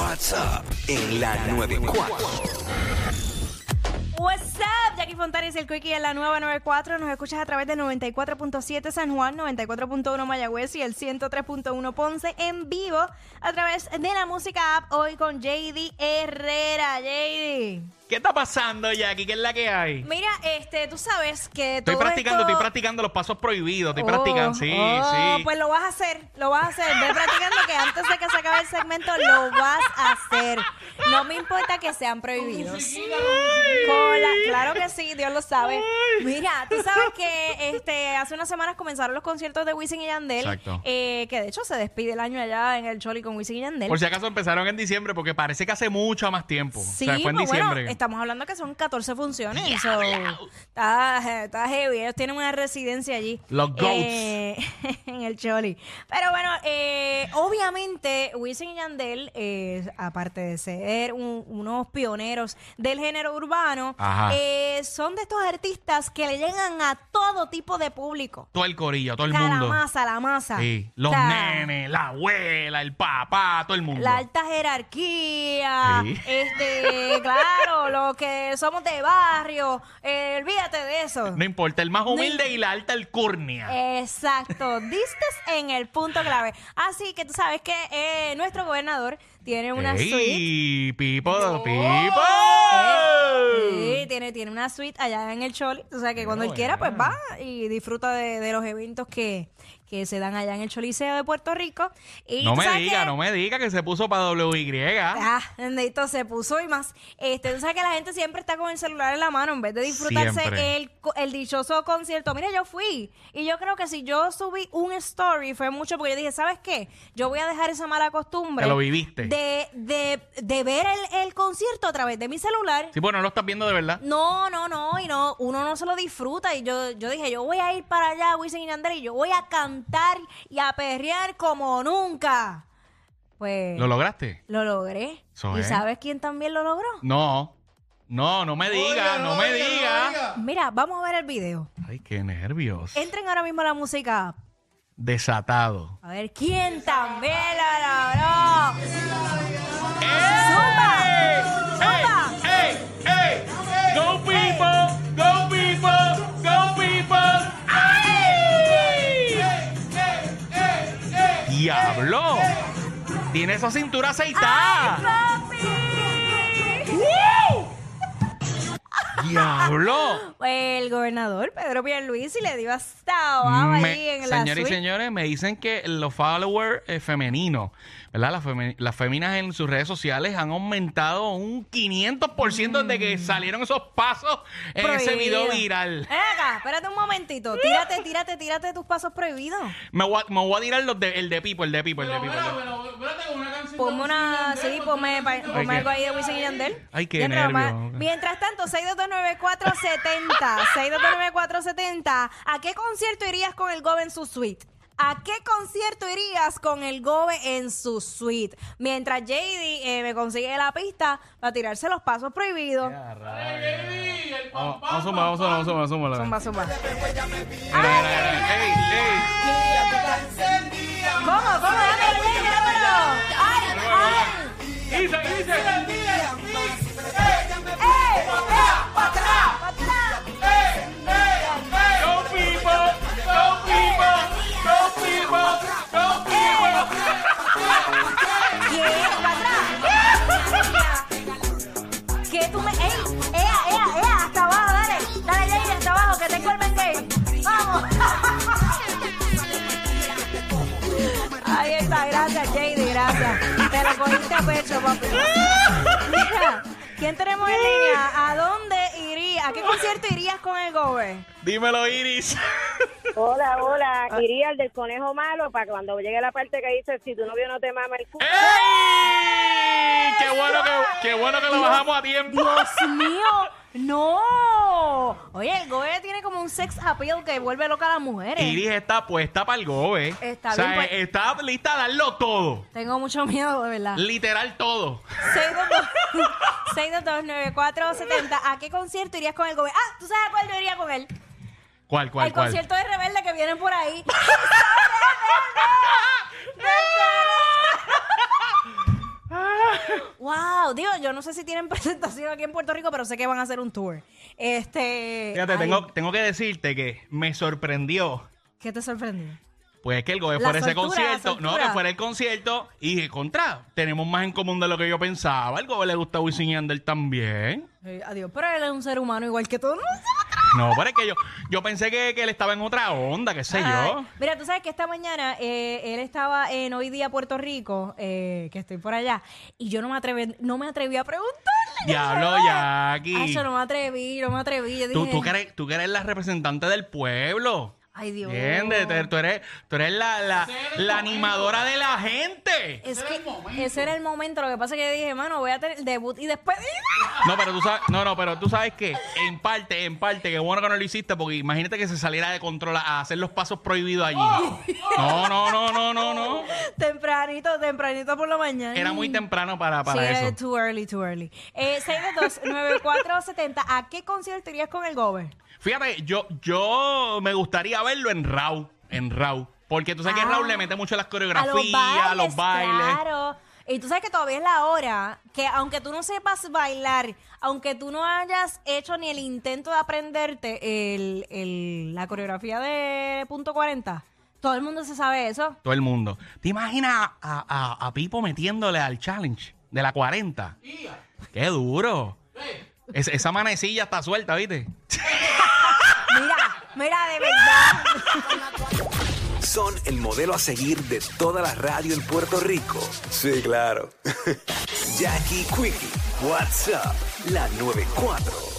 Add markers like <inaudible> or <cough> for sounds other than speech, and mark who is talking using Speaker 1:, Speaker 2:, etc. Speaker 1: WhatsApp en la 94.
Speaker 2: What's up, Jackie Fontanes, el Quickie en la nueva 94. Nos escuchas a través del 94.7 San Juan, 94.1 Mayagüez y el 103.1 Ponce en vivo a través de la música app hoy con JD Herrera. JD.
Speaker 3: ¿Qué está pasando, Jackie? ¿Qué es la que hay?
Speaker 2: Mira, este, tú sabes que
Speaker 3: Estoy
Speaker 2: todo
Speaker 3: practicando,
Speaker 2: esto-
Speaker 3: estoy practicando los pasos prohibidos, estoy
Speaker 2: Oh,
Speaker 3: practicando, sí,
Speaker 2: oh,
Speaker 3: sí.
Speaker 2: Pues lo vas a hacer, lo vas a hacer. Ve practicando que antes de que se acabe el segmento lo vas a hacer. No me importa que sean prohibidos. Cola, claro que sí, Dios lo sabe. Mira, tú sabes que este hace unas semanas comenzaron los conciertos de Wisin y Yandel,
Speaker 3: Exacto.
Speaker 2: eh, que de hecho se despide el año allá en el Choli con Wisin y Yandel.
Speaker 3: Por si acaso empezaron en diciembre, porque parece que hace mucho más tiempo.
Speaker 2: Sí,
Speaker 3: o sea, fue en
Speaker 2: pues
Speaker 3: diciembre.
Speaker 2: bueno, estamos hablando que son 14 funciones. so, está, está heavy. Ellos tienen una residencia allí.
Speaker 3: Los goats.
Speaker 2: eh, <laughs> en el Choli. Pero bueno, eh, obviamente Wisin y Yandel, eh, aparte de ser un- unos pioneros del género urbano,
Speaker 3: Ajá.
Speaker 2: eh, son de estos artistas que le llegan a todo tipo de público.
Speaker 3: Todo el corillo, todo el
Speaker 2: O sea,
Speaker 3: mundo.
Speaker 2: la masa, la masa.
Speaker 3: Sí.
Speaker 2: O
Speaker 3: Los
Speaker 2: sea,
Speaker 3: nenes, la abuela, el papá, todo el mundo.
Speaker 2: la alta jerarquía,
Speaker 3: Sí. <laughs>
Speaker 2: este, claro, los que somos de barrio, eh, olvídate de eso.
Speaker 3: No importa, el más humilde y la alta
Speaker 2: Eh,
Speaker 3: alcurnia.
Speaker 2: Exacto, diste en el punto clave. Así que tú sabes que eh, nuestro gobernador tiene una suite.
Speaker 3: ¡Ey! ¡Pipo, pipo!
Speaker 2: Eh, Sí, tiene, tiene una suite allá en el Choli. O sea que cuando
Speaker 3: Oh,
Speaker 2: él quiera, pues va y disfruta de, de los eventos que, que se dan allá en el Choliseo de Puerto Rico. Y
Speaker 3: No
Speaker 2: tú
Speaker 3: me
Speaker 2: sabes
Speaker 3: diga,
Speaker 2: que-
Speaker 3: no me diga que se puso para WY.
Speaker 2: Ah, bendito, se puso y más. Este, tú sabes que la gente siempre está con el celular en la mano en vez de disfrutarse
Speaker 3: Siempre.
Speaker 2: el, co- el dichoso concierto. Mira, yo fui y yo creo que si yo subí un story fue mucho porque yo dije, ¿sabes qué? Yo voy a dejar esa mala costumbre.
Speaker 3: Te lo viviste.
Speaker 2: De, de, de ver el, el concierto a través de mi celular.
Speaker 3: Sí, bueno, no lo estás viendo de verdad.
Speaker 2: No, no, no, y no, uno no se lo disfruta. Y yo, yo dije, yo voy a ir para allá, Wisin y Yandel, y yo voy a cantar y a perrear como nunca. Pues...
Speaker 3: ¿Lo lograste?
Speaker 2: Lo logré.
Speaker 3: Eso
Speaker 2: ¿Y
Speaker 3: es.
Speaker 2: sabes quién también lo logró?
Speaker 3: No, no, no me diga, no, me diga.
Speaker 2: Mira, vamos a ver el video.
Speaker 3: Ay, qué nervios.
Speaker 2: Entren ahora mismo a la música.
Speaker 3: Desatado.
Speaker 2: A ver, ¿quién también lo logró? ¡Zumba! ¡Zumba!
Speaker 3: ¡Ey! ¡Ey! ¡Go people! ¡Go people! ¡Go people! ¡Ay! ¡Diablo! Tiene esa cintura aceitada.
Speaker 2: ¡Papi!
Speaker 3: ¡Diablo!
Speaker 2: El gobernador Pedro Pierluisi le dio hasta abajo
Speaker 3: Me-
Speaker 2: ahí en la
Speaker 3: señoras y
Speaker 2: suite.
Speaker 3: señores, me dicen que los followers eh, femeninos, ¿verdad? Las, femi- las féminas en sus redes sociales han aumentado un 500% desde que salieron esos pasos en ese video
Speaker 2: Mm. Prohibido.
Speaker 3: viral.
Speaker 2: Ven acá, espérate un momentito. Tírate, tírate, tírate tus pasos prohibidos.
Speaker 3: Me voy a, me voy a tirar los de- el de Pipo, el de Pipo, el de Pipo. Oh, el de-
Speaker 2: Ponme una, sí, ponme, pa- ponme
Speaker 3: qué-
Speaker 2: algo ahí de Wisin y Yandel.
Speaker 3: Ay, qué
Speaker 2: Ya, pero
Speaker 3: nervio.
Speaker 2: ma- Mientras tanto,
Speaker 3: <laughs>
Speaker 2: 6229470, 6229470, ¿a qué concierto irías con el Gobe en su suite? ¿A qué concierto irías con el Gobe en su suite? Mientras JD eh, me consigue la pista para tirarse los pasos prohibidos.
Speaker 3: Vamos, vamos, zumba, vamos, zumba, vamos, zumba, zumba.
Speaker 2: Zumba, zumba.
Speaker 3: Mira, mira, mira. Ey, ey.
Speaker 2: ¿Cómo? ¿Cómo? Dame el link, dámelo. ¡Ay, ay! ¡Ey! ¡Ey! ¡Para atrás! ¡Para atrás!
Speaker 3: Go Pipo, go Pipo, go Pipo, go Pipo.
Speaker 2: Que tú me. ¡Ey! ¡Ea, ea, ea! ¡Hasta abajo, dale! Dale, Jay, hasta abajo, que tengo el Bengay. ¡Vamos! Ahí está, gracias, Jade, gracias. Te lo cogiste a pecho, papi. Mira, ¿quién tenemos en línea? ¿A dónde irías? ¿A qué concierto irías con el Gober?
Speaker 3: Dímelo, Iris.
Speaker 4: Hola, hola. Iría al del conejo malo para cuando llegue la parte que dice si tu novio no te mama el culo.
Speaker 3: ¡Ey! ¡Qué bueno que, qué bueno que lo bajamos a tiempo!
Speaker 2: ¡Dios mío! ¡No! Oye, el Gober tiene como un sex appeal que vuelve loca a las mujeres.
Speaker 3: Iris está puesta para el gobe.
Speaker 2: Está
Speaker 3: o sea, eh,
Speaker 2: bien, pues.
Speaker 3: está lista a darlo todo.
Speaker 2: Tengo mucho miedo, de verdad.
Speaker 3: Literal todo.
Speaker 2: 6229470. ¿A qué concierto irías con el gobierno? Ah, ¿tú sabes a cuál yo iría con él?
Speaker 3: ¿Cuál, cuál,
Speaker 2: Al
Speaker 3: cuál?
Speaker 2: concierto de Rebelde que vienen por
Speaker 3: <laughs>
Speaker 2: ahí. Wow, digo, yo no sé si tienen <laughs> presentación aquí en Puerto Rico, pero sé que van a hacer un tour. Este.
Speaker 3: Fíjate,
Speaker 2: ay,
Speaker 3: tengo, tengo que decirte que me sorprendió.
Speaker 2: ¿Qué te sorprendió?
Speaker 3: Pues que el gobe
Speaker 2: La
Speaker 3: fuera ese
Speaker 2: soltura, la
Speaker 3: concierto, no, que
Speaker 2: soltura.
Speaker 3: fuera el concierto, y dije, contra, tenemos más en común de lo que yo pensaba. El gobe le gusta Wisin y Yandel también.
Speaker 2: Eh, adiós, pero él es un ser humano igual que todos nosotros.
Speaker 3: No, pero es que yo, yo pensé que, que él estaba en otra onda, qué sé yo.
Speaker 2: Ay, Mira, tú sabes que esta mañana eh, él estaba en Hoy Día Puerto Rico, eh, que estoy por allá, y yo no me atreví, no me atreví a preguntarle.
Speaker 3: Diablo, Jackie.
Speaker 2: Ay, ah, yo no me atreví, no me atreví. Yo
Speaker 3: Tú,
Speaker 2: dije,
Speaker 3: tú, que eres, tú que eres la representante del pueblo.
Speaker 2: Ay, Dios.
Speaker 3: ¿Entiendes? Te- Tú eres, tú eres la, la, la animadora de la gente.
Speaker 2: Es que ese era el momento. Lo que pasa es que yo dije, mano, voy a tener debut y despedida.
Speaker 3: No, pero tú sabes, no, no, pero tú sabes que en parte, en parte, qué bueno que no lo hiciste, porque imagínate que se saliera de control a hacer los pasos prohibidos allí. No, no, no, no, no, no.
Speaker 2: Tempranito, tempranito por la mañana.
Speaker 3: Era muy temprano para,
Speaker 2: Sí,
Speaker 3: para
Speaker 2: eh,
Speaker 3: eso.
Speaker 2: too early, too early. Eh, 622-9470. ¿A qué concierto irías con el Gober?
Speaker 3: Fíjate, yo, yo me gustaría verlo en Raw, en Raw. Porque tú sabes que
Speaker 2: Ah.
Speaker 3: Raw le mete mucho a las
Speaker 2: a
Speaker 3: coreografías,
Speaker 2: los bailes,
Speaker 3: a los bailes.
Speaker 2: Claro. Y tú sabes que todavía es la hora que aunque tú no sepas bailar, aunque tú no hayas hecho ni el intento de aprenderte el, el- la coreografía de punto 40, todo el mundo se sabe eso.
Speaker 3: Todo el mundo. ¿Te imaginas a, a- a Pipo metiéndole al challenge de la 40? ¡Qué duro! Es- esa manecilla está suelta, ¿viste?
Speaker 2: Mira, mira, de verdad.
Speaker 1: Son el modelo a seguir de toda la radio en Puerto Rico. Sí, <laughs> claro. Jackie Quickie, WhatsApp, la 94.